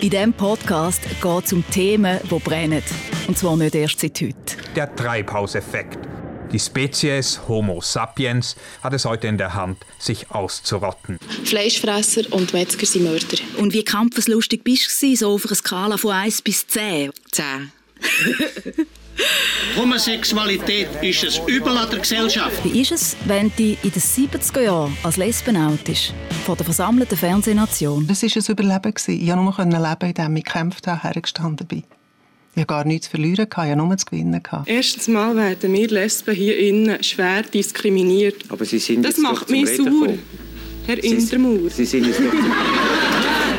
In diesem Podcast geht es um Themen, die brennen. Und zwar nicht erst seit heute. Der Treibhauseffekt. Die Spezies Homo sapiens hat es heute in der Hand, sich auszurotten. Fleischfresser und Metzger sind Mörder. Und wie kampfeslustig bist du, so auf einer Skala von 1 bis 10? 10. Homosexualität ist ein Übel an der Gesellschaft. Wie ist es, wenn du in den 70er Jahren als Lesben out bist? Von der versammelten Fernsehnation. Das war ein Überleben. Ich konnte nur leben, indem ich gekämpft habe, hergestanden bin. Ich hatte gar nichts zu verlieren, ich hatte nur zu gewinnen. Erstens mal werden wir Lesben hier innen schwer diskriminiert. Aber Sie sind Das jetzt doch macht zum mich Reden sauer, gekommen. Herr Sie- Indermauer. Sie sind jetzt doch zum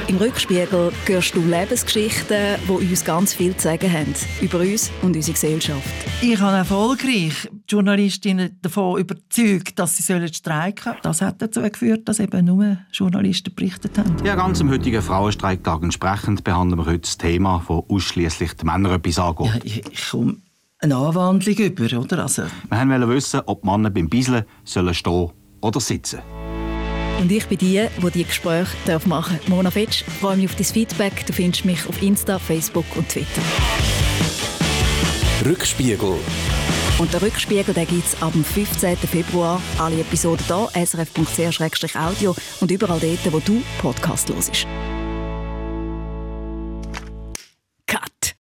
Im Rückspiegel hörst du Lebensgeschichten, die uns ganz viel zu sagen haben. Über uns und unsere Gesellschaft. Ich habe erfolgreich die Journalistinnen davon überzeugt, dass sie sollen streiken sollen. Das hat dazu geführt, dass eben nur Journalisten berichtet haben. Ja, ganz am heutigen Frauenstreiktag entsprechend behandeln wir heute das Thema, wo ausschließlich die Männer etwas angeht. Ja, ich, ich komme eine Anwandlung über, oder? Also, Wir wollten wissen, ob die Männer beim Beiseln sollen stehen oder sitzen. Und ich bin die, die diese Gespräche darf machen darf. Mona Fetsch, ich freue mich auf dein Feedback. Du findest mich auf Insta, Facebook und Twitter. Rückspiegel. Und den Rückspiegel gibt es ab dem 15. Februar. Alle Episoden hier, srf.ch-audio und überall dort, wo du Podcast hörst.